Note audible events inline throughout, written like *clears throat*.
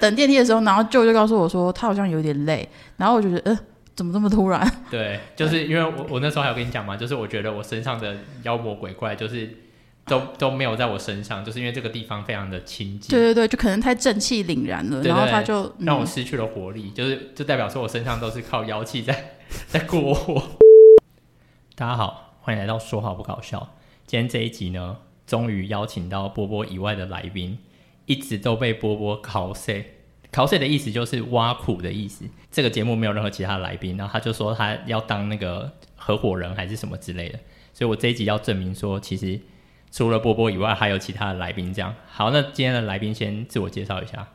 等电梯的时候，然后舅就告诉我说他好像有点累，然后我就觉得，呃，怎么这么突然？对， *laughs* 就是因为我我那时候还有跟你讲嘛，就是我觉得我身上的妖魔鬼怪就是都都没有在我身上，就是因为这个地方非常的清静，对对对，就可能太正气凛然了，对然后对他就嗯让我失去了活力，就是就代表说我身上都是靠妖气在在过火。大家好，欢迎来到说好不搞笑。今天这一集呢，终于邀请到波波以外的来宾，一直都被波波 cos。cos 的意思就是挖苦的意思。这个节目没有任何其他的来宾，然后他就说他要当那个合伙人还是什么之类的，所以我这一集要证明说，其实除了波波以外，还有其他的来宾。这样好，那今天的来宾先自我介绍一下。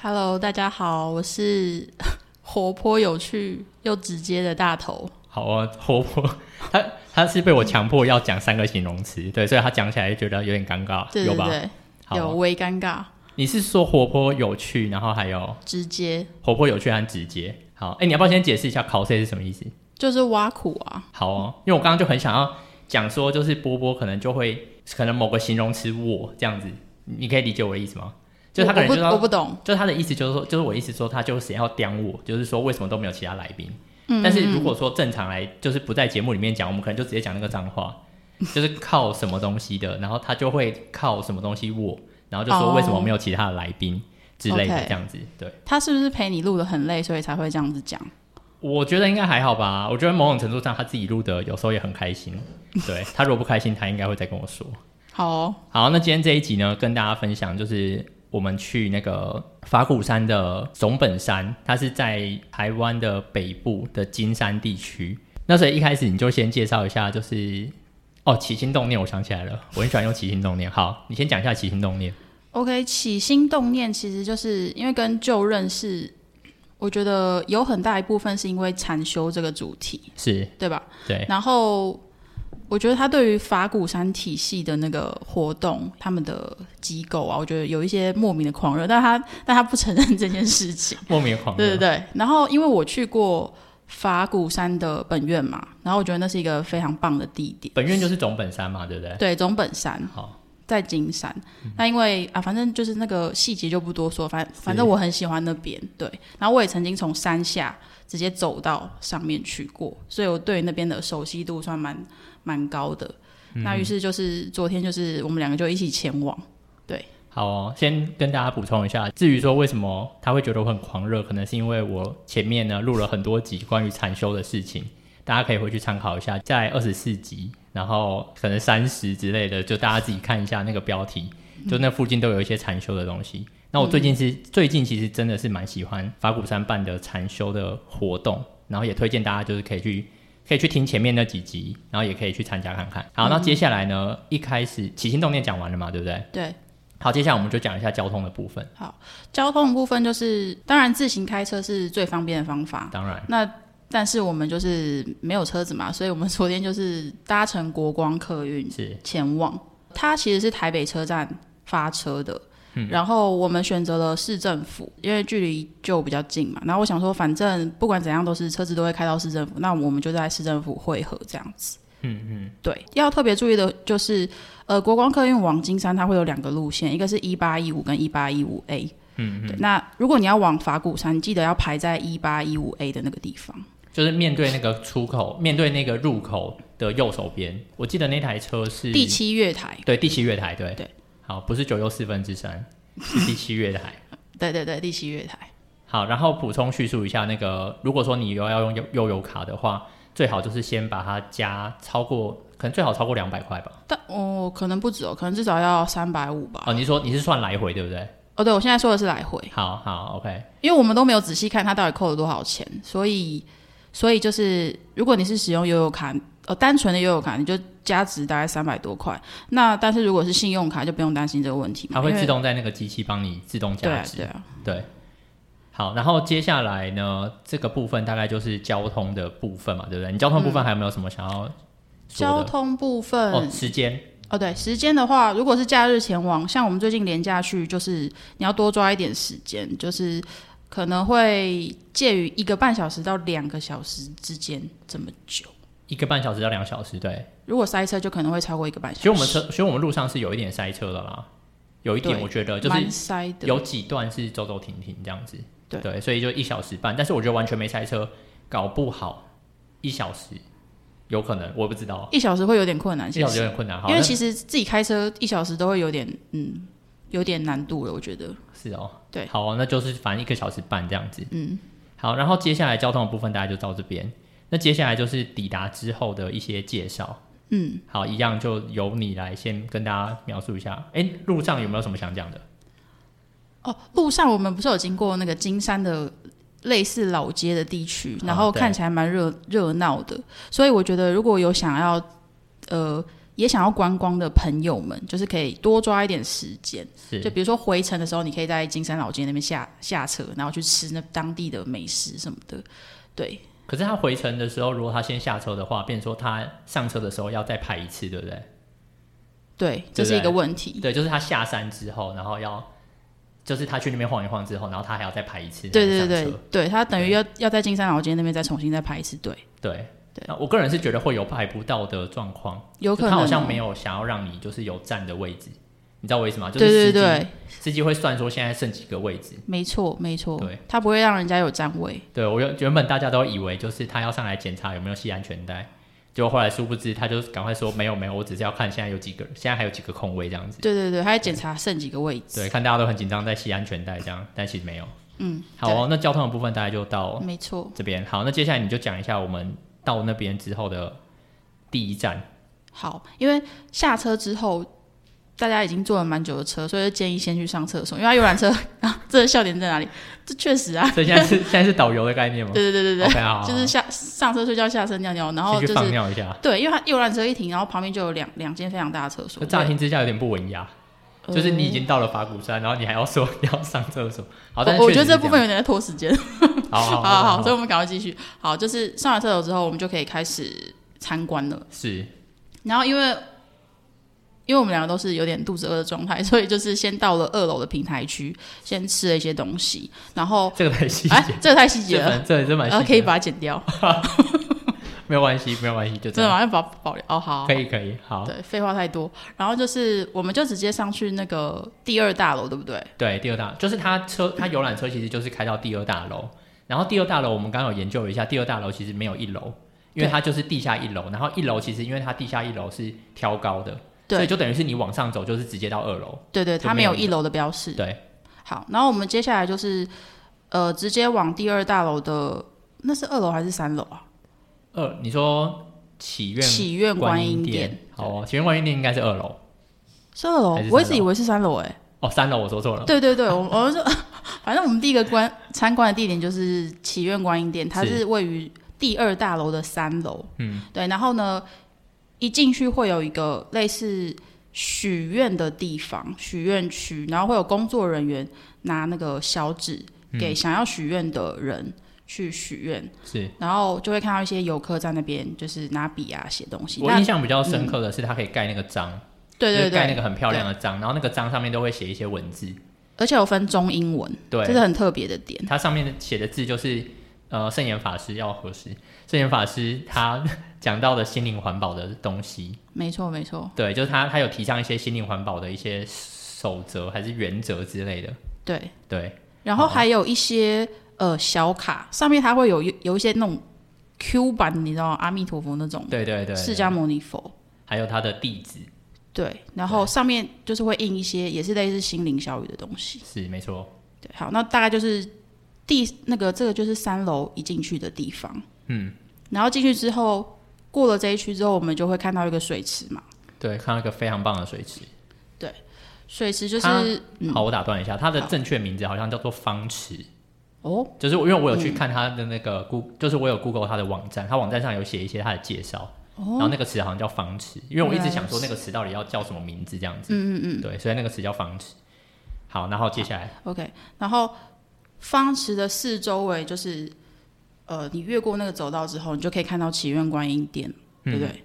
Hello，大家好，我是活泼有趣又直接的大头。好啊，活泼，他他是被我强迫要讲三个形容词，对，所以他讲起来就觉得有点尴尬，对啊有对吧？对，好啊有微尴尬，你是说活泼有趣，然后还有直接活泼有趣和直接。好，哎、你要不要先解释一下 cos 是什么意思？就是挖苦啊。好哦，因为我刚刚就很想要讲说，就是波波可能就会可能某个形容词我这样子，你可以理解我的意思吗？就他可我我能就不是我要，不懂，就他的意思就是说，就是我的意思说他就是要刁我，就是说为什么都没有其他来宾。嗯但是如果说正常来，就是不在节目里面讲，我们可能就直接讲那个脏话， *laughs* 就是靠什么东西的，然后他就会靠什么东西我，然后就说哦为什么没有其他的来宾之类的 OK 这样子。对，他是不是陪你录的很累，所以才会这样子讲？我觉得应该还好吧。我觉得某种程度上他自己录的有时候也很开心。对他如果不开心，他应该会再跟我说。好哦、好，那今天这一集呢，跟大家分享就是我们去那个法鼓山的总本山，它是在台湾的北部的金山地区。那所以一开始你就先介绍一下，就是哦，起心动念，我想起来了，我很喜欢用起心动念。好，你先讲一下起心动念。 OK，起心动念其实就是因为跟旧认识，我觉得有很大一部分是因为禅修这个主题，是对吧？对，然后我觉得他对于法鼓山体系的那个活动，他们的机构啊，我觉得有一些莫名的狂热，但他但他不承认这件事情。莫名 *laughs* 狂对热对，对。然后因为我去过法鼓山的本院嘛，然后我觉得那是一个非常棒的地点。本院就是总本山嘛，对不对？对，总本山好，在金山。那因为啊，反正就是那个细节就不多说，反反正我很喜欢那边。对，然后我也曾经从山下直接走到上面去过，所以我对那边的熟悉度算蛮蛮高的。那于是就是昨天就是我们两个就一起前往，好、哦，先跟大家补充一下，至于说为什么他会觉得我很狂热，可能是因为我前面呢录了很多集关于禅修的事情，大家可以回去参考一下，在二十四集，然后可能三十之类的，就大家自己看一下那个标题，就那附近都有一些禅修的东西。那我最近是、最近其实真的是蛮喜欢法鼓山办的禅修的活动，然后也推荐大家就是可以去可以去听前面那几集，然后也可以去参加看看。好，那接下来呢，一开始起心动念讲完了嘛，对不对？对。好，接下来我们就讲一下交通的部分。交通的部分就是，当然自行开车是最方便的方法。当然，那但是我们就是没有车子嘛，所以我们 *laughs* 昨天就是搭乘国光客运是前往。它其实是台北车站发车的，然后我们选择了市政府，因为距离就比较近嘛。然后我想说，反正不管怎样都是车子都会开到市政府，那我们就在市政府汇合这样子。嗯嗯，对，要特别注意的就是，呃，国光客运往金山它会有两个路线，一个是一八一五跟一八一五 A。嗯嗯，那如果你要往法鼓山，记得要排在一八一五 A 的那个地方。就是面对那个出口，面对那个入口的右手边，我记得那台车是第，七月台，对，第七月台，对对。好，不是九又四分之三，是第七月台。 *laughs* 对对对，第七月台。好，然后补充叙述一下那个，如果说你有要用悠悠游卡的话，最好就是先把它加超过，可能最好超过两百块吧。但哦，可能不止哦，可能至少要三百五吧。哦，你说你是算来回对不对？哦，对，我现在说的是来回，好好，OK，因为我们都没有仔细看它到底扣了多少钱，所以所以就是，如果你是使用悠游卡，呃，单纯的悠游卡，你就加值大概三百多块。那但是如果是信用卡，就不用担心这个问题嘛，它会因为自动在那个机器帮你自动对加啊值。对啊，对，好，然后接下来呢，这个部分大概就是交通的部分嘛，对不对？你交通部分还有没有什么想要嗯交说的？通部分哦，时间哦，对，时间的话，如果是假日前往，像我们最近连假去，就是你要多抓一点时间，就是可能会介于一个半小时到两个小时之间这么久。一个半小时到两小时，对。如果塞车，就可能会超过一个半小其时。实我们车，其实我们路上是有一点塞车的啦，有一点对我觉得呃就是蛮塞的。有几段是走走停停这样子，对所以就一小时半，但是我觉得完全没塞车，搞不好一小时有可能，我不知道，一小时会有点困难，一其小时有实，点困难，好因为那其实自己开车一小时都会有点嗯有点难度了，我觉得。是哦，对好，那就是反正一个小时半这样子，嗯，好，然后接下来交通的部分大概就到这边，那接下来就是抵达之后的一些介绍，嗯，好，一样就由你来先跟大家描述一下，哎、路上有没有什么想讲的？哦，路上我们不是有经过那个金山的类似老街的地区，哦然后对看起来蛮热热闹的，所以我觉得如果有想要呃也想要观光的朋友们，就是可以多抓一点时间，是就比如说回程的时候，你可以在金山老街那边下下车，然后去吃那当地的美食什么的。对，可是他回程的时候，如果他先下车的话，变成说他上车的时候要再排一次，对不对？对，这是一个问题。对，就是他下山之后，然后要，就是他去那边晃一晃之后，然后他还要再排一次，对才对能上对车对，他等于要要在金山老街那边再重新再排一次队，对对那我个人是觉得会有排不到的状况，有可就能他好像哦没有想要让你就是有站的位置，你知道我意思吗？就是对司机对对，司机会算说现在剩几个位置。没错没错对，他不会让人家有站位。对我原原本大家都以为就是他要上来检查有没有系安全带，结果后来殊不知他就赶快说没有没有，我只是要看现在有几个，现在还有几个空位这样子。对对对，他在检查剩几个位置。 *laughs* 对，看大家都很紧张在系安全带这样，但其实没有。嗯，好、哦，那交通的部分大概就对，到没错。这边。好，那接下来你就讲一下我们到那边之后的第一站。好，因为下车之后，大家已经坐了蛮久的车，所以就建议先去上厕所，因为他游览 *laughs* 车啊，这个笑点在哪里？这确实啊，所以现 *laughs* 在是现在是导游的概念吗？对对对对 o 对 k 好好好就是下上车睡觉，下车尿尿，然后哦先就去放是尿一下。对，因为他游览车一停，然后旁边就有两两间非常大的厕所就，乍听之下有点不文雅，对就是你已。经到了法鼓山，然后你还要说 *laughs* 你要上厕所。好，但呃是我我确觉得实这是部样哦分有点在拖时间，好好好好好好，所以我们赶快继续。好，就是上完厕所之后，我们就可以开始参观了。是然后因为因为我们两个都是有点肚子饿的状态，所以就是先到了二楼的平台区，先吃了一些东西，然后这个太细哎节，，这个太细节这了，蛮这这蛮然细节后的，可以把它剪掉，没有关系，没有关系，就这真的样，吗？要保保留哦，好可，以可以，好，对，废话太多。然后就是我们就直接上去那个第二大楼，对不对？对，第二大就是它车，它游览车其实就是开到第二大楼，然后第二大楼我们刚刚有研究一下，第二大楼其实没有一楼，因为它就是地下一楼，然后一楼其实因为它地下一楼是挑高的，所以对就等于是你往上走就是直接到二楼，对对，就它没没有有一楼的标示。对，好，然后我们接下来就是呃，直接往第二大楼的，那是二楼还是三楼啊？二你说祈愿祈愿观观音殿殿，，好哦，祈愿观音殿应该是二楼，是二楼还是，我一三直楼以为是三楼诶、哎哦，三楼我说错了，对对对，我我们说，反正我们第一个观参观的地点就是祈愿观音殿，它是是位于第二大楼的三楼。嗯，对。然后呢，一进去会有一个类似许愿的地方，许愿区，然后会有工作人员拿那个小纸嗯给想要许愿的人去许愿，是。然后就会看到一些游客在那边就是拿笔啊写东西。我那印象比较深刻的是，它可以盖那个章，嗯对就是对盖那对，个很漂亮的章，然后那个章上面都会写一些文字，而且有分中英文，对，这是很特别的点。它上面写的字就是呃，圣严法师要核实，圣严法师他 *laughs* 讲到的心灵环保的东西，没错没错，对，就是他他有提倡一些心灵环保的一些守则还是原则之类的，对。对，然后还有一些呃小卡，上面它会有有一些那种 Q 版，你知道吗阿弥陀佛那种对对对，释迦牟尼佛，还有他的地址对，然后上面就是会印一些也是类似心灵小语的东西。是没错，对，好，那大概就是第那个这个就是三楼一进去的地方，嗯，然后进去之后过了这一区之后，我们就会看到一个水池嘛，对，看到一个非常棒的水池。水池就它是好，我打断一下，它的嗯好正确名字好像叫做方池，哦，就是因为我有去看它的那个 Google，、就是我有 Google 它的网站，它网站上有写一些它的介绍，哦然后那个词好像叫房池，因为我一直想说那个词到底要叫什么名字这样子，嗯嗯嗯，对，所以那个词叫房池。好，然后接下来 OK，然后方池的四周围就是，呃，你越过那个走道之后，你就可以看到祈愿观音殿，对嗯不对？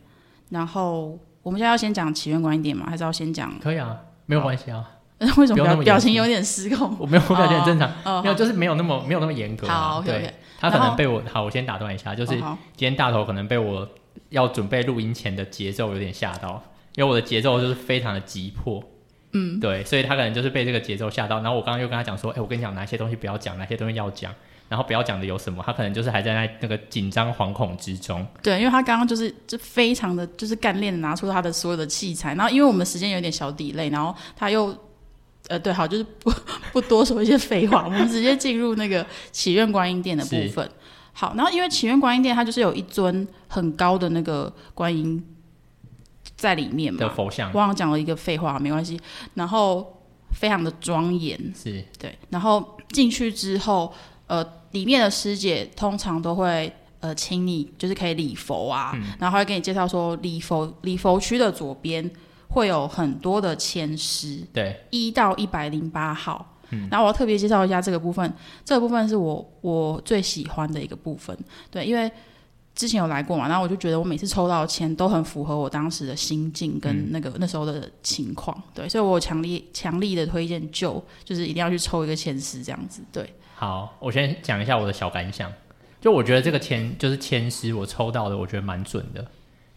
然后我们现在要先讲祈愿观音殿嘛，还是要先讲？ *laughs* 可以啊，没有关系啊，为什么不用那表么表严情肃有点失控？我没有表现很正常，哦，没有就是没有那么没有那么严格、啊，好，OK 对 OK，，他可然能后被我好，我先打断一下，就是哦好今天大头可能被我要准备录音前的节奏有点吓到，因为我的节奏就是非常的急迫，嗯，对，所以他可能就是被这个节奏吓到。然后我刚刚又跟他讲说，哎、我跟你讲哪些东西不要讲，哪些东西要讲，然后不要讲的有什么，他可能就是还在那那个紧张惶恐之中。对，因为他刚刚就是就非常的就是干练的拿出他的所有的器材，然后因为我们时间有点小底累，然后他又呃对，好就是不不多说一些废话，我们直接进入那个祈愿观音殿的部分。好，然后因为祈愿观音殿它就是有一尊很高的那个观音在里面的嘛，佛像我好像讲了一个废话，没关系。然后非常的庄严，是对，然后进去之后，呃，里面的师姐通常都会呃，请你就是可以礼佛啊，然后还会给你介绍说礼佛礼佛区的左边会有很多的签诗，对，一到一百零八号。嗯然后我要特别介绍一下这个部分，这个部分是我我最喜欢的一个部分，对，因为之前有来过嘛，然后我就觉得我每次抽到的签都很符合我当时的心境嗯跟那个、那时候的情况，对，所以我强烈强力的推荐就就是一定要去抽一个签师这样子，对，好，我先讲一下我的小感想。就我觉得这个签就是签师，我抽到的，我觉得蛮准的。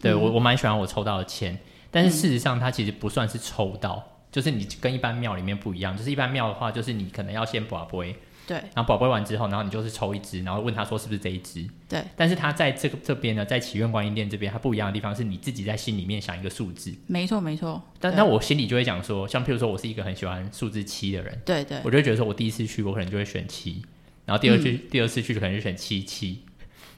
对、嗯我，我蛮喜欢我抽到的签，但是事实上它其实不算是抽到，就是你跟一般庙里面不一样。就是一般庙的话，就是你可能要先卜杯，对，然后宝贝完之后，然后你就是抽一支，然后问他说是不是这一支。对。但是他在这个这边呢，在祈愿观音殿这边，它不一样的地方是你自己在心里面想一个数字。没错没错，但对那我心里就会讲说，像譬如说我是一个很喜欢数字七的人，对对嗯我就会觉得说我第一次去我可能就会选七，然后第二去、第二次去可能就选七七。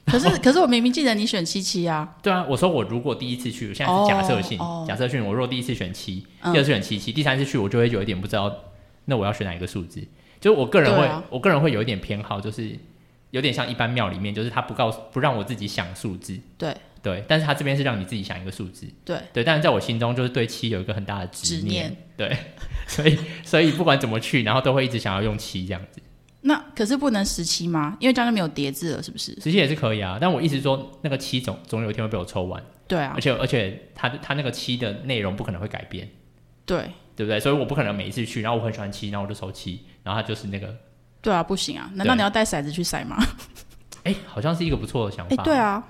可是可是我明明记得你选七七 *laughs* 啊，对啊，我说我如果第一次去，我现在是假设性、哦哦假设性，我如果第一次选七、嗯第二次选七七，第三次去我就会有一点不知道，那我要选哪一个数字？就是我个人会，对啊我个人会有一点偏好，就是有点像一般庙里面，就是他不告诉不让我自己想数字，对对，但是他这边是让你自己想一个数字，对，对，但是在我心中就是对七有一个很大的执执念对，所以所以不管怎么去，然后都会一直想要用七这样子，那可是不能十七吗？因为这样就没有叠字了，是不是？其实也是可以啊，但我一直说那个七总总有一天会被我抽完，对啊而，且而且他他那个七的内容不可能会改变。对对不对？所以我不可能每一次去，然后我很喜欢七，然后我就抽七，然后它就是那个，对啊，不行啊，难道对你要带骰子去骰吗？哎，好像是一个不错的想哎、法。对，啊，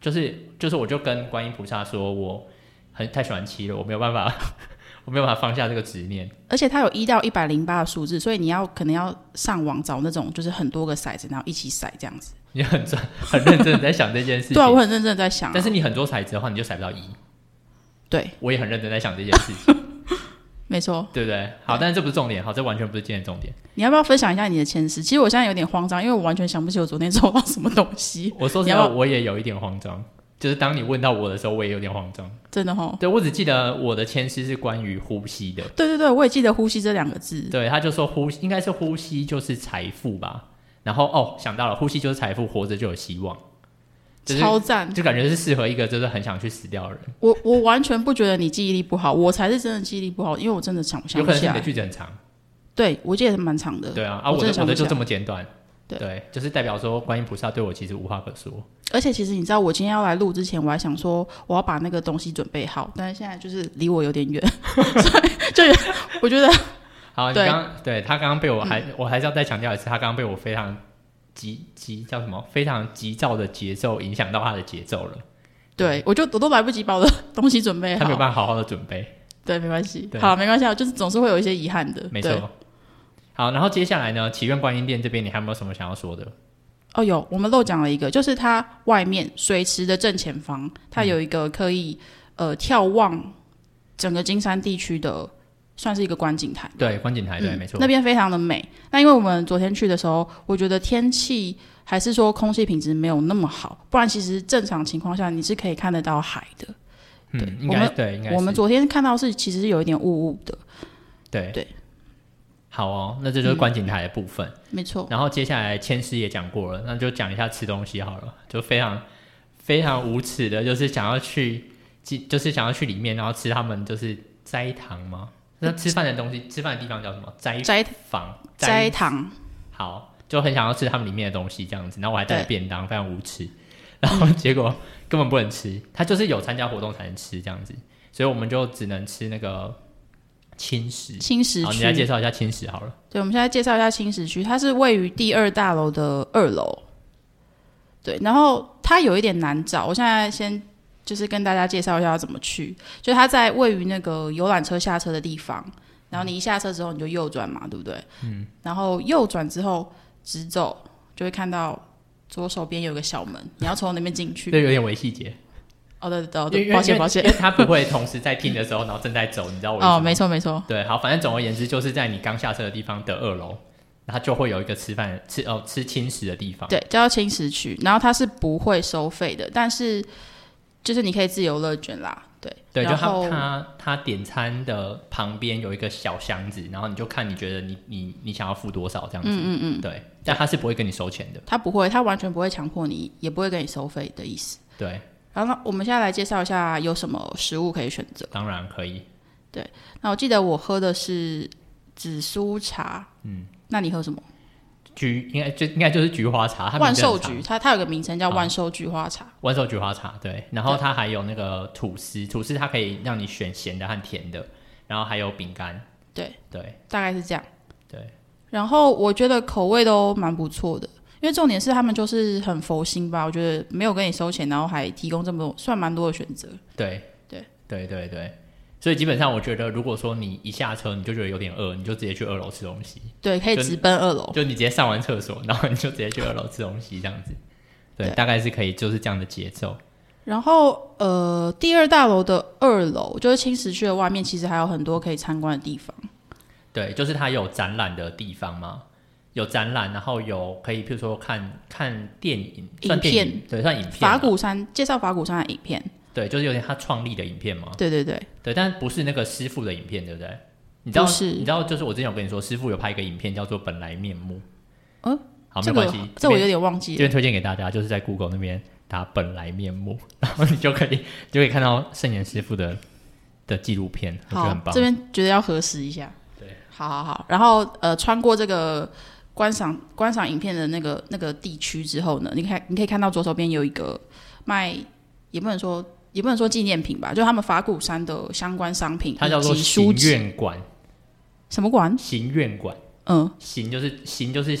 就是就是，我就跟观音菩萨说，我很太喜欢七了，我没有办法， *laughs* 我没有办法放下这个执念。而且它有一到一百零八的数字，所以你要可能要上网找那种就是很多个骰子，然后一起骰这样子。你很专很认真的在想这件事 *laughs* 情，对啊，我很认真地在想啊、但是你很多骰子的话，你就骰不到一。对，我也很认真在想这件事情，没错。对不对？好，但是这不是重点，好，这完全不是今天的重点。你要不要分享一下你的前十？其实我现在有点慌张，因为我完全想不起我昨天抽到什么东西， *laughs* 我说实你话，要不我也有一点慌张，就是当你问到我的时候，我也有点慌张。真的哦。对我只记得我的签诗是关于呼吸的，对对对，我也记得“呼吸”这两个字。对，他就说呼应该是呼吸就是财富吧。然后哦，想到了，呼吸就是财富，活着就有希望，就是超赞！就感觉是适合一个就是很想去死掉的人。我我完全不觉得你记忆力不好，我才是真的记忆力不好，因为我真的想不有想可不能是起你的来。句子很长，对，我记得蛮长的。对啊，啊，我我真的的我想的不就起这来。么简短，对就是代表说观音菩萨对我其实无话可说。而且其实你知道，我今天要来录之前，我还想说我要把那个东西准备好，但是现在就是离我有点远， *laughs* 所以就我觉得好，你对嗯刚对他刚刚被我还、我还是要再强调一次，他刚刚被我非常急急叫什么非常急躁的节奏影响到他的节奏了，对我就我都来不及把我的东西准备他没有哎好，办法好好的准备。对，没关系，对好，没关系，啊，就是总是会有一些遗憾的，没呃对。错。好，然后接下来呢，祈愿观音殿这边你还有没有什么想要说的？哦，有我们漏讲了一个，就是它外面水池的正前方，它有一个可以、呃眺望整个金山地区的，算是一个观景台。对，观景台，对，嗯没错那。边非常的美。那因为我们昨天去的时候，我觉得天气还是说空气品质没有那么好，不然其实正常情况下你是可以看得到海的。对嗯，应我该们对，应该我们是昨天看到是其实是有一点雾雾的，对对。嗯好哦，那这就是观景台的部分。没错，然后接下来千师也讲过了，那就讲一下吃东西好了。就非常非常无耻的，就是想要去，进就是想要去里面，然后吃他们就是斋堂吗？那吃饭的东西，吃饭的地方叫什么？斋斋房斋堂好，就很想要吃他们里面的东西这样子，然后我还带了对便当，非常无耻，然后结果根本不能吃，他就是有参加活动才能吃这样子，所以我们就只能吃那个青食。青石好，哦你来介区。绍一下青食好了。对，我们现在介绍一下青石区，它是位于第二大楼的二楼。对，然后它有一点难找，我现在先就是跟大家介绍一下要怎么去。就它在位于那个游览车下车的地方，然后你一下车之后你就右转嘛，对不对？嗯。然后右转之后直走，就会看到左手边有个小门，你要从那边进去。这有点微细节，哦，对对对，因为抱歉抱因为歉。因为他不会同时在听的时候，然后正在走，你知道我意思吗哦，没错没错，对，好，反正总而言之，就是在你刚下车的地方的二楼，它就会有一个吃饭吃哦吃轻食的地方。对，叫青石区，然后它是不会收费的，但是就是你可以自由乐捐啦，对对，就然后它它它点餐的旁边有一个小箱子，然后你就看你觉得你你你想要付多少这样子。嗯嗯嗯。对，但它是不会跟你收钱的。他不会，他完全不会强迫你，也不会跟你收费的意思。对，然后我们现在来介绍一下有什么食物可以选择。当然可以。那我记得我喝的是紫苏茶，嗯，那你喝什么？菊应该就应该就是菊花茶，啊它名万字很寿长菊，它它有个名称叫好万寿菊花茶。万寿菊花茶，对。然后它还有那个吐司，吐司它可以让你选咸的和甜的，然后还有饼干。对对大概是这样。对。然后我觉得口味都蛮不错的，因为重点是他们就是很佛心吧，我觉得没有跟你收钱，然后还提供这么多，算蛮多的选择。对对对对对，所以基本上我觉得，如果说你一下车你就觉得有点饿，你就直接去二楼吃东西，对，可以就直奔二楼。就你直接上完厕所，然后你就直接去二楼吃东西这样子。对，对大概是可以，就是这样的节奏。然后呃，第二大楼的二楼就是青石区的外面，其实还有很多可以参观的地方。对，就是它有展览的地方嘛，有展览，然后有可以，譬如说看看电影，算电影影对，算影片啊法吧。鼓山介绍法鼓山的影片，对，就是有点他创立的影片嘛。对对对，对，但不是那个师傅的影片，对不对？你知道，不是你知道，就是我之前有跟你说，师傅有拍一个影片叫做《本来面目》。嗯，好，没这有关个系。这我有点忘记这了。边推荐给大家，就是在 Google 那边打“本来面目”，然后你就可以就可以看到圣严师傅的的纪录片，我觉得好很，棒这。边觉得要核实一下。对，好好好。然后呃，穿过这个观赏观赏影片的那个那个地区之后呢，你看你可以看到左手边有一个卖，也不能说也不能说纪念品吧，就他们法鼓山的相关商品，它叫做以及书行籍愿馆，什么馆？行愿馆，嗯，行就是行就是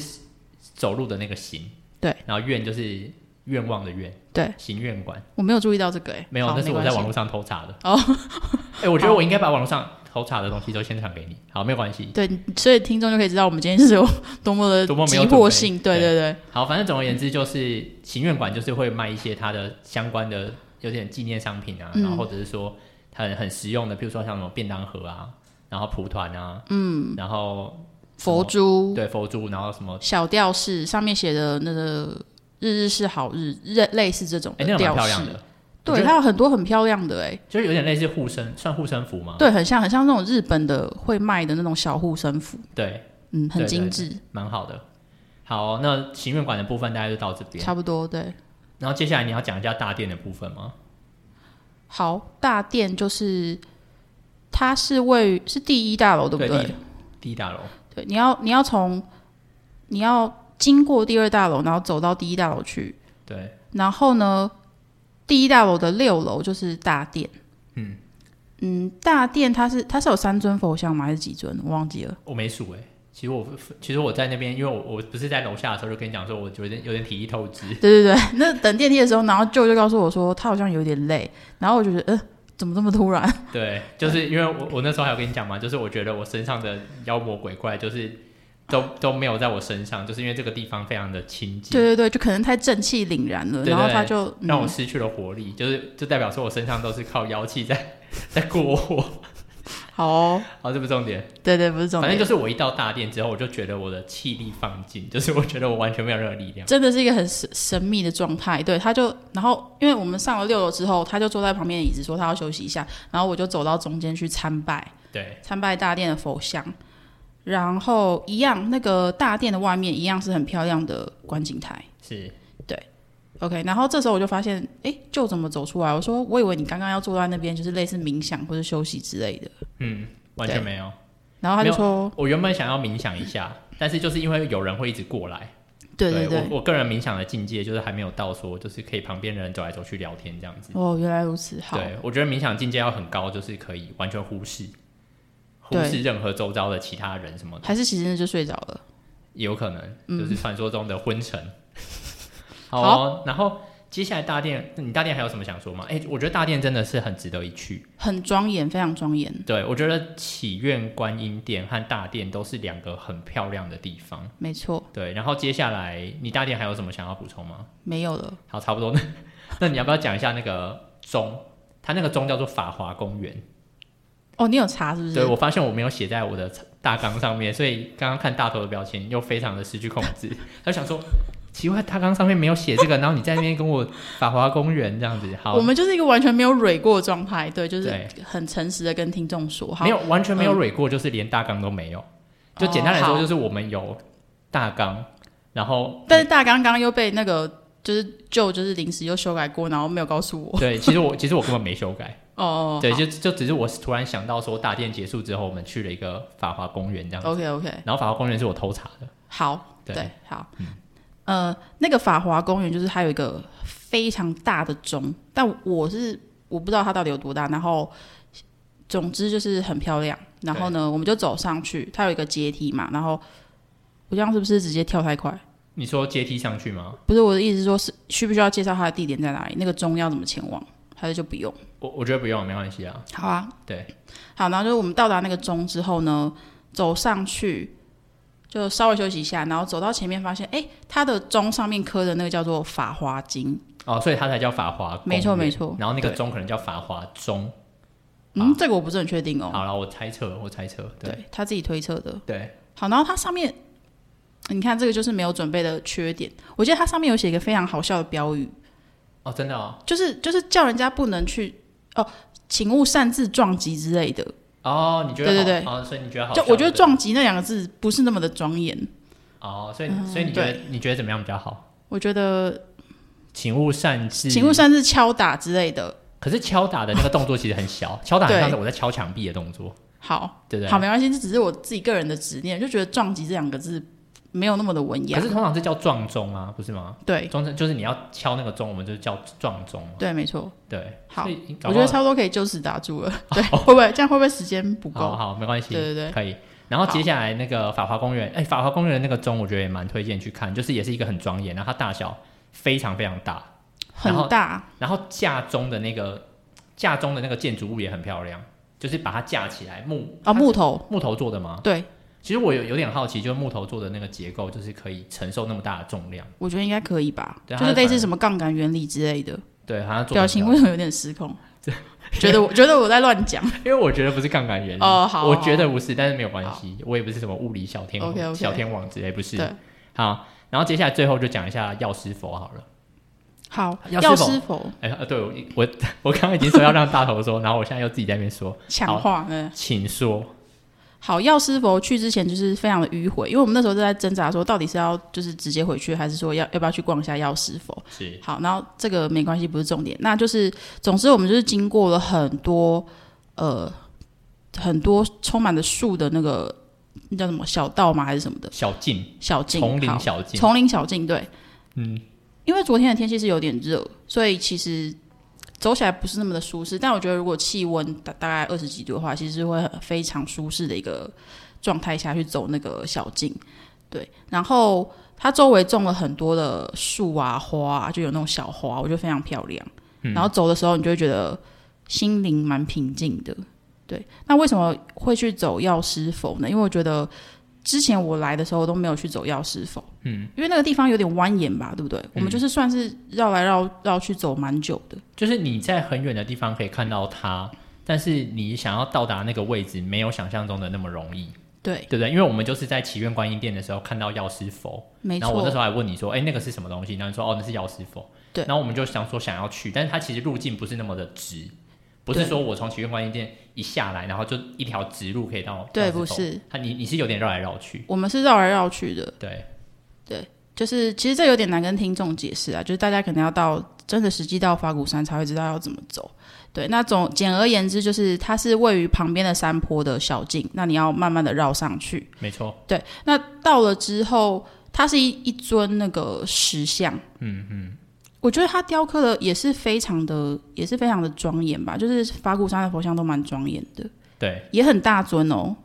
走路的那个行，对，然后愿就是愿望的愿，对，行愿馆我没有注意到这个、欸，没有，好那是没我关在系网络上偷查的。哦， *laughs* 哎、我觉得我应该把网络上偷查的东西都先传给你，好，没有关系。对，所以听众就可以知道我们今天是有多么的多么没有急准备迫性。对对对对，好，反正总而言之，就是行愿馆就是会卖一些它的相关的有点纪念商品啊，嗯然后或者是说很很实用的，比如说像什么便当盒啊，然后蒲团啊，嗯，然后佛珠、对佛珠，然后什么，小吊饰上面写的那个日日是好日，日类似这种哎、的那个嗯吊蛮漂饰亮。的，对，我觉得它有很多很漂亮的哎、就是有点类似护身，算护身符吗？对，很像很像那种日本的会卖的那种小护身符，对，嗯，对很对精对致，蛮好的。好，那行愿馆的部分大概就到这边，差不多对。然后接下来你要讲一下大殿的部分吗？好，大殿就是它是位于是第一大楼对不对对？第一第一大楼，对，你要你要从你要经过第二大楼，然后走到第一大楼去，对，然后呢，第一大楼的六楼就是大殿。嗯嗯，大殿它是它是有三尊佛像吗？还是几尊？我忘记了。我没数哎、其实我其实我在那边，因为我我不是在楼下的时候就跟你讲说，我觉得有点体力透支， *laughs* 对对对， *laughs* 那等电梯的时候，然后舅就告诉我说他好像有点累，然后我就觉得，呃，怎么这么突 *laughs* 然？对，就是因为我我那时候还有跟你讲嘛，就是我觉得我身上的妖魔鬼怪就是都都没有在我身上，就是因为这个地方非常的清对静，对对，就可能太正气凛然了，对对然后他就让我嗯，失去了活力，就是就代表说我身上都是靠妖气在 *laughs* 在过我。好、哦，好，这不是重点，对对，不是重反点，正就是我一到大殿之后，我就觉得我的气力放尽，就是我觉得我完全没有任何力量。真的是一个很神神秘的状态。对，他就然后因为我们上了六楼之后，他就坐在旁边的椅子说他要休息一下，然后我就走到中间去参拜，对参拜大殿的佛像，然后一样那个大殿的外面一样是很漂亮的观景台。是 OK，然后这时候我就发现，哎，就怎么走出来？我说我以为你刚刚要坐在那边，就是类似冥想或者休息之类的。嗯，完全没有。然后他就没有说，我原本想要冥想一下，但是就是因为有人会一直过来，对对对，我我个人冥想的境界就是还没有到说，就是可以旁边人走来走去聊天这样子。哦，原来如此，好，对，我觉得冥想境界要很高，就是可以完全忽视忽对视任何周遭的其他人什么的，还是其实就睡着了。也有可能、嗯 *laughs* 就是传说中的昏沉。好好哦、然后接下来大殿，你大殿还有什么想说吗？哎、我觉得大殿真的是很值得一去。很庄严，非常庄严。对，我觉得祈愿观音殿和大殿都是两个很漂亮的地方。没错，对，然后接下来你大殿还有什么想要补充吗？没有了。好，差不多。那 *laughs* 那你要不要讲一下那个钟？它那个钟叫做法华公园。哦，你有查是不对，是？我发现我没有写在我的大纲上面，所以刚刚看大头的表情又非常的失去控制，他就想说。奇怪，大纲上面没有写这个，然后你在那边跟我法华公园这样子，好我，们就是一个完全没有蕊过的状态，对，就是对很诚实的跟听众说，好没，有完全没有蕊过，就是连大纲都没有。就简单来嗯哦说，好就是我们有大纲，然后但是大纲刚刚又被那个就是就就是临时又修改过，然后没有告诉我。对，其实我其实我根本没修改，哦，对，就就只是我突然想到说大殿结束之后，我们去了一个法华公园这样子， OK OK，然后法华公园是我偷查的，好，哦对对，好，呃，那个法华公园就是它有一个非常大的钟，但我是我不知道它到底有多大，然后总之就是很漂亮。然后呢，我们就走上去，它有一个阶梯嘛，然后我这样是不是直接跳太快？你说阶梯上去吗？不是我的意思是说是需不需要介绍它的地点在哪里，那个钟要怎么前往，还是就不用？我我觉得不用，没关系啊，好啊，对，好，然后就是我们到达那个钟之后呢，走上去就稍微休息一下，然后走到前面发现，哎，它的钟上面刻的那个叫做法华经，哦，所以它才叫法华公园，没错没错然后那个对钟可能叫法华钟，嗯，这个我不是很确定哦，好了，我猜测，我猜测，啊对对他自己推测的。对，好，然后它上面，你看这个就是没有准备的缺点，我记得它上面有写一个非常好笑的标语，哦，真的哦，就是就是叫人家不能去哦，请勿擅自撞击之类的。哦，你觉得对对好对哦，所以你觉得好笑，就我觉得对不对撞击那两个字不是那么的庄严，哦，所以所以你嗯觉得你觉得怎么样比较好？我觉得请勿擅自，请勿擅自敲打之类的。可是敲打的那个动作其实很小，敲打很对像是我在敲墙壁的动作，好，对不对？好，没关系，这只是我自己个人的执念，就觉得“撞击”这两个字没有那么的文雅可。是通常是叫撞钟啊，不是吗？对钟就是你要敲那个钟，我们就叫撞钟嘛。对，没错。对，好所以搞我不觉好得差不多可以就此打住了。对，会不会这样？会不会时间不哦好够？好没关系，对对对可以。然后接下来那个法华公园，哎，法华公园的那个钟，我觉得也蛮推荐去看，就是也是一个很庄严，然啊后它大小非常非常大，然后很大，啊然后架钟的那个架钟的那个建筑物也很漂亮，就是把它架起来木啊，木头，木头做的吗？对，其实我有有点好奇，就是木头做的那个结构，就是可以承受那么大的重量。我觉得应该可以吧，对就它是是类反似什么杠杆原理之类的。对，好像做得表很情漂为什么有点失控？觉得我觉得我在乱讲。亮，因为我觉得不是杠杆原理哦好我好觉得不是，但是没有关系，我也不是什么物理小天王 OK，OK 小天王之类，不是。对，好，然后接下来最后就讲一下药师佛好了。好，药药师师佛哎、呃对我我 *laughs* 我刚刚已经说要让大头说，然后我现在又自己在那边说，强化，嗯，请说。好，药师佛去之前就是非常的迂回，因为我们那时候就在挣扎说，到底是要就是直接回去，还是说要要不要去逛一下药师佛？是好，然后这个没关系，不是重点。那就是，总之我们就是经过了很多呃很多充满了树的那个那叫什么小道吗？还是什么的小静，小径？丛林好小静，丛林小径，对，嗯，因为昨天的天气是有点热，所以其实走起来不是那么的舒适。但我觉得如果气温大大概二十几度的话，其实会很非常舒适的一个状态下去走那个小径。对，然后它周围种了很多的树啊、花啊，就有那种小花，我觉得非常漂亮。嗯然后走的时候，你就会觉得心灵蛮平静的。对，那为什么会去走药师佛呢？因为我觉得之前我来的时候都没有去走药师佛，嗯，因为那个地方有点蜿蜒吧，对不对？嗯我们就是算是绕来绕绕去走蛮久的，就是你在很远的地方可以看到它，但是你想要到达那个位置，没有想象中的那么容易，对，对不对？因为我们就是在祈愿观音殿的时候看到药师佛，没然后我那错时，候还问你说，哎，那个是什么东西？然后你说，哦，那是药师佛。对然后我们就想说想要去，但是它其实路径不是那么的直，不是对说我从祈愿观音殿一下来，然后就一条直路可以到药师佛。对不是它你你是有点绕来绕去，我们是绕来绕去的，对，就是其实这有点难跟听众解释啊，就是大家可能要到真的实际到法鼓山才会知道要怎么走。对，那总简而言之，就是它是位于旁边的山坡的小径，那你要慢慢的绕上去。没错，对，那到了之后，它是一一尊那个石像，嗯嗯，我觉得它雕刻的也是非常的，也是非常的庄严吧，就是法鼓山的佛像都蛮庄严的，对。也很大尊哦，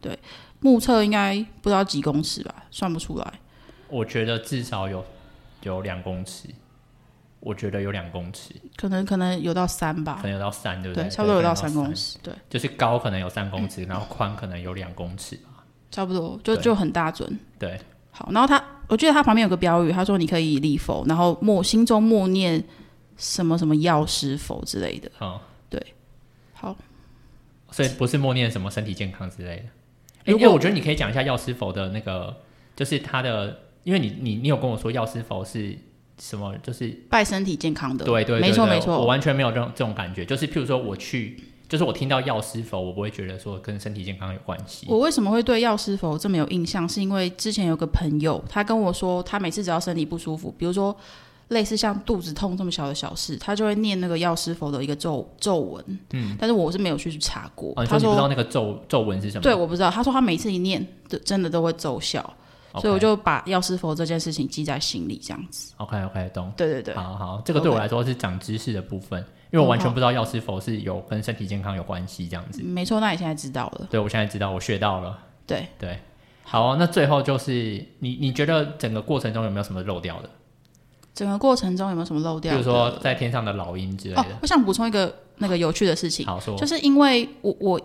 对，目测应该不知道几公尺吧，算不出来。我觉得至少有有两公尺，我觉得有两公尺，可能可能有到三吧可，能有到三，对不对，对，差不多有到三可能公，尺，嗯对，就是高可能有三公尺，然后宽可能有两公尺吧。差不多就对就很大尊。对，好，然后他，我记得他旁边有个标语，他说你可以礼佛，然后默心中默念什么什么药师佛之类的。嗯，好，所以不是默念什么身体健康之类的。哎、如因果为我觉得你可以讲一下药师佛的那个，就是他的，因为你你你有跟我说药师佛是什么，就是拜身体健康的，对对对没错对没我错，完全没有这种这种感觉。就是譬如说我去，就是我听到药师佛，我不会觉得说跟身体健康有关系。我为什么会对药师佛这么有印象？是因为之前有个朋友，他跟我说，他每次只要身体不舒服，比如说类似像肚子痛这么小的小事，他就会念那个药师佛的一个咒咒文。嗯，但是我是没有去查过。哦，你他说你不知说，道那个皱皱纹是什么？对，我不知道。他说他每次一念，对真的都会奏效 OK，所以我就把药师佛这件事情记在心里，这样子。 OK OK 懂。对对对，好好，这个对我 OK 来说是长知识的部分，因为我完全嗯好不知道药师佛是有跟身体健康有关系这样子。嗯没错，那你现在知道了。对，我现在知道，我学到了。对，对，好、那最后就是你，你觉得整个过程中有没有什么漏掉的？整个过程中有没有什么漏比掉的？如说在天上的老鹰之类啊哦的。，我想补充一个那个有趣的事情，好说，就是因为我我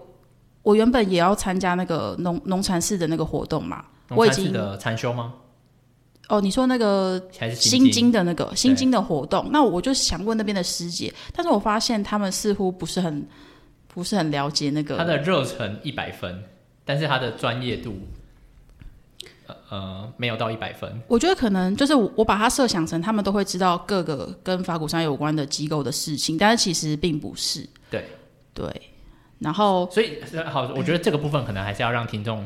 我原本也要参加那个农农禅寺的那个活动嘛，我已农禅寺经的禅修吗？哦，你说那个还是新经？经的那个新经的活动，那我就想问那边的师姐，但是我发现他们似乎不是很不是很了解那他个，的热忱一百分，但是他的专业度，呃呃，没有到一百分。我觉得可能就是我我把它设想成他们都会知道各个跟法鼓山有关的机构的事情，但是其实并不是，对对，然后所以好，我觉得这个部分可能还是要让听众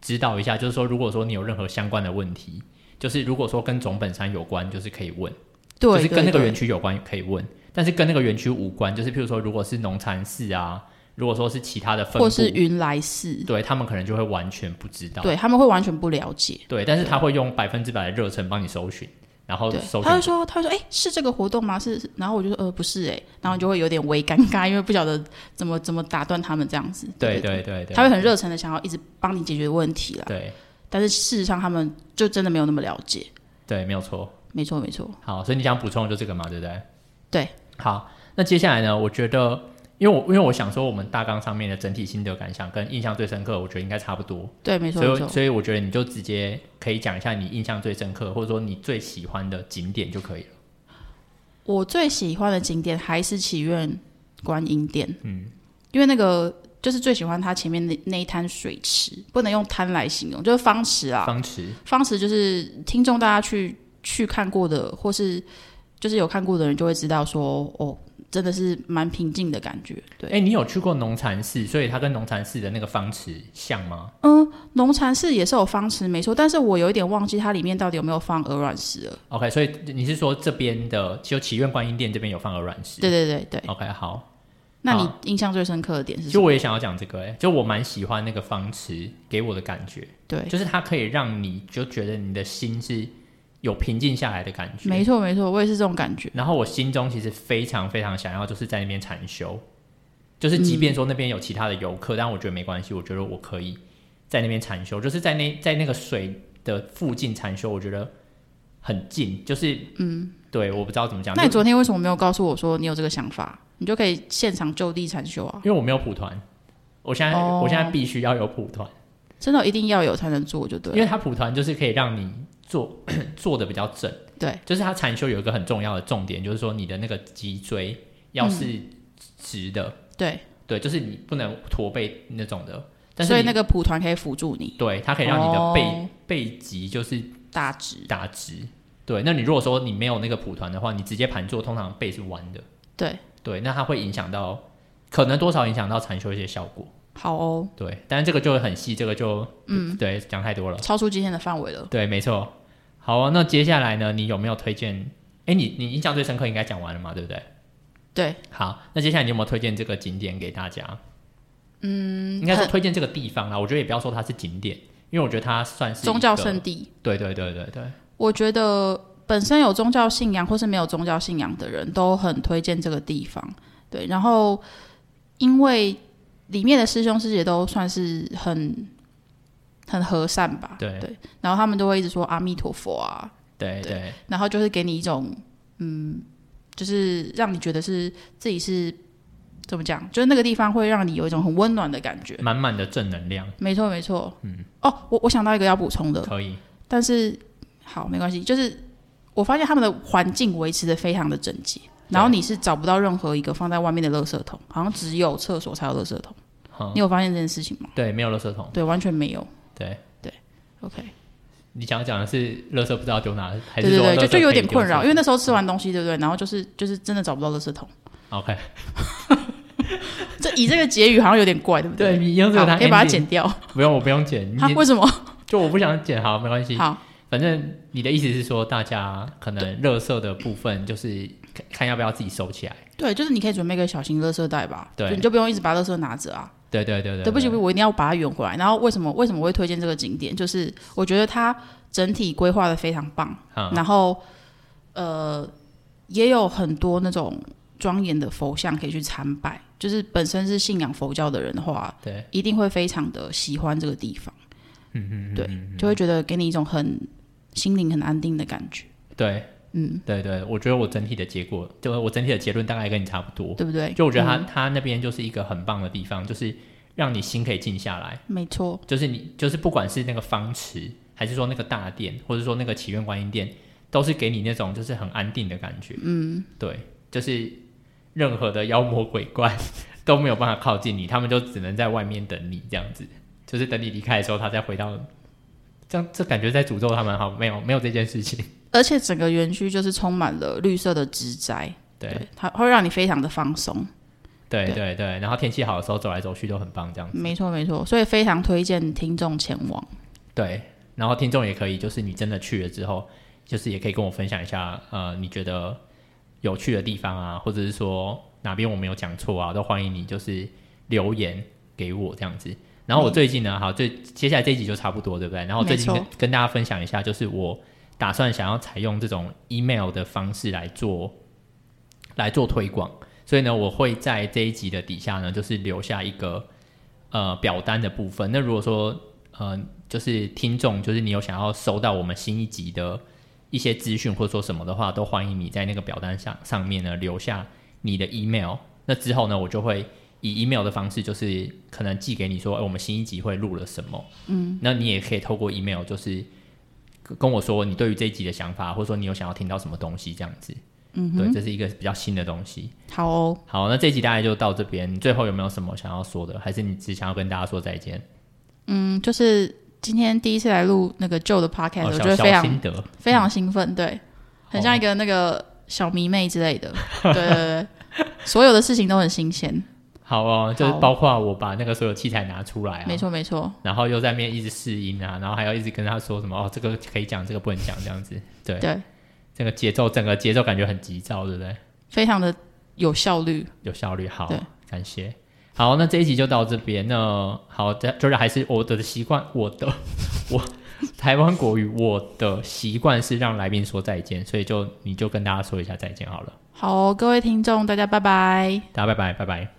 知道一下，就是说，如果说你有任何相关的问题，就是如果说跟总本山有关，就是可以问。对，就是跟对那个对园区有关可以问，但是跟那个园区无关。就是譬如说，如果是农禅寺啊，如果说是其他的分或是部，云来寺，对他们可能就会完全不知道。对他们会完全不了解。对但是他会用百分之百的热忱帮你搜寻，然后对，搜他会寻。说，他会说，哎、是这个活动吗？是，是然后我就说，呃，不是、哎，然后就会有点微尴尬，因为不晓得怎么怎么打断他们这样子。对对对对，他会很热忱的想要一直帮你解决问题啦，对但是事实上他们就真的没有那么了解。对，没有错。没错，没错，好，所以你想补充的就这个嘛，对不对？对。好，那接下来呢？我觉得，因为我因为我想说，我们大纲上面的整体心得感想跟印象最深刻，我觉得应该差不多。对，没错，所没以错。所以我觉得你就直接可以讲一下你印象最深刻，或者说你最喜欢的景点就可以了。我最喜欢的景点还是祈愿观音殿，嗯，因为那个就是最喜欢它前面那那一滩水池，不能用滩来形容，就是方池啊，方池，方式就是听众大家去去看过的，或是就是有看过的人就会知道说，哦，真的是蛮平静的感觉。对，哎、你有去过农禅寺，所以它跟农禅寺的那个方池像吗？嗯，农禅寺也是有方池没错，但是我有一点忘记它里面到底有没有放鹅卵石了。 OK，所以你是说这边的就祈愿观音殿这边有放鹅卵石？对对对对， OK，好，那你印象最深刻的点是什就么？我也想要讲这个、哎，就我蛮喜欢那个方池给我的感觉，对，就是它可以让你就觉得你的心是有平静下来的感觉。没错没错，我也是这种感觉。然后我心中其实非常非常想要，就是在那边禅修，就是即嗯便说那边有其他的游客，但我觉得没关系，我觉得我可以在那边禅修，就是在那在那个水的附近禅修，我觉得很近，就是嗯，对，我不知道怎么讲，那你就昨天为什么没有告诉我说你有这个想法？你就可以现场就地禅修啊！因为我没有蒲团，我现在、哦我现在必须要有蒲团，真的一定要有才能做，就对因了。为它蒲团就是可以让你 *clears throat* 坐坐的比较正。对，就是它禅修有一个很重要的重点，就是说你的那个脊椎嗯要是直的，对，对，就是你不能驼背那种的。但是所以你那个蒲团可以辅助你对它可以让你的背、哦背脊就是打直。打直。对，那你如果说你没有那个蒲团的话，你直接盘坐，通常背是弯的。对，对，那它会影响到，可能多少影响到禅修一些效果。好哦，对，但是这个就很细，这个就嗯，对，讲太多了。超出今天的范围了。对，没错。好啊，那接下来呢，你有没有推荐？哎，你你印象最深刻应该讲完了嘛，对不对？对，好，那接下来你有没有推荐这个景点给大家？嗯，应该说推荐这个地方啦。我觉得也不要说它是景点，因为我觉得它算是一宗教个圣。地，对对对对对，我觉得本身有宗教信仰或是没有宗教信仰的人都很推荐这个地方。对，然后因为里面的师兄师姐都算是很很和善吧，对然后他们都会一直说阿弥陀佛啊，对对然后就是给你一种嗯就是让你觉得是自己是怎么讲，就是那个地方会让你有一种很温暖的感觉。满满的正能量，没错，没错。嗯。哦，我我想到一个要补充的，可以。但是好没关系，就是我发现他们的环境维持的非常的整洁，然后你是找不到任何一个放在外面的垃圾桶，好像只有厕所才有垃圾桶。嗯你有发现这件事情吗？对，没有垃圾桶。对，完全没有。对 OK，你想讲的是垃圾不知道丢哪，还对是对说对，就垃圾就有可以点丢困扰，进因为那时候吃完东西，对不对？然后就是就是真的找不到垃圾桶， OK，这以这个结语好像有点怪，对不对对？你用这好个它可以把它 ending 剪掉。不用，我不用剪，你啊？为什么？就我不想剪，好，没关系。好，反正你的意思是说，大家可能垃圾的部分就是看看要不要自己收起来。对，就是你可以准备一个小型垃圾袋吧，对就你就不用一直把垃圾拿着啊。对对对对，对不起，不起，我一定要把它圆回来。然后为什么为什么我会推荐这个景点？就是我觉得它整体规划的非常棒，啊，然后呃也有很多那种庄严的佛像可以去参拜，就是本身是信仰佛教的人的话，对，一定会非常的喜欢这个地方。嗯嗯，对，就会觉得给你一种很心灵很安定的感觉，对嗯，对对，我觉得我整体的结果，就我整体的结论大概跟你差不多。对不对？就我觉得他、嗯他那边就是一个很棒的地方，就是让你心可以静下来，没错，就是你就是不管是那个方池，还是说那个大殿，或者说那个祈愿观音殿，都是给你那种就是很安定的感觉。嗯，对，就是任何的妖魔鬼怪都没有办法靠近你，他们就只能在外面等你，这样子，就是等你离开的时候，他再回到。这样这感觉在诅咒他们好，没有没有这件事情，而且整个园区就是充满了绿色的植栽，对，它会让你非常的放松。对对对对，然后天气好的时候走来走去都很棒，这样子。没错没错，所以非常推荐听众前往。对，然后听众也可以，就是你真的去了之后，就是也可以跟我分享一下，呃，你觉得有趣的地方啊，或者是说哪边我没有讲错啊，都欢迎你就是留言给我这样子。然后我最近呢，好，最接下来这一集就差不多，对不对？然后我最近没跟错跟大家分享一下，就是我打算想要采用这种 email 的方式来做来做推广，所以呢，我会在这一集的底下呢，就是留下一个呃表单的部分。那如果说呃，就是听众，就是你有想要收到我们新一集的一些资讯或者说什么的话，都欢迎你在那个表单上上面呢留下你的 email。那之后呢，我就会以 email 的方式，就是可能寄给你说，哎、我们新一集会录了什么。嗯，那你也可以透过 email，就是跟跟我说你对于这一集的想法，或者说你有想要听到什么东西这样子。嗯，对，这是一个比较新的东西。好哦，好，那这一集大概就到这边。你最后有没有什么想要说的？还是你只想要跟大家说再见？嗯，就是今天第一次来录那个旧的 podcast，、哦，我小觉得小非常心得。嗯哦非常兴奋，对，很像一个那个小迷妹之类的，对对 *laughs* 对对，所有的事情都很新鲜，好哦，就是好包括我把那个所有器材拿出来啊，没，错没错，然后又在那边一直试音啊，然后还要一直跟他说什么哦，这个可以讲，这个不能讲，这样子，对，对，这个节奏整个节奏感觉很急躁，对不对？非常的有效率，有效率，好对，感谢。好，那这一集就到这边。那好，这就是还是我的习惯，我的 *laughs* 我台湾国语，我的习惯是让来宾说再见，所以就你就跟大家说一下再见好了，好哦、各位听众，大家拜拜。大家拜拜，拜拜。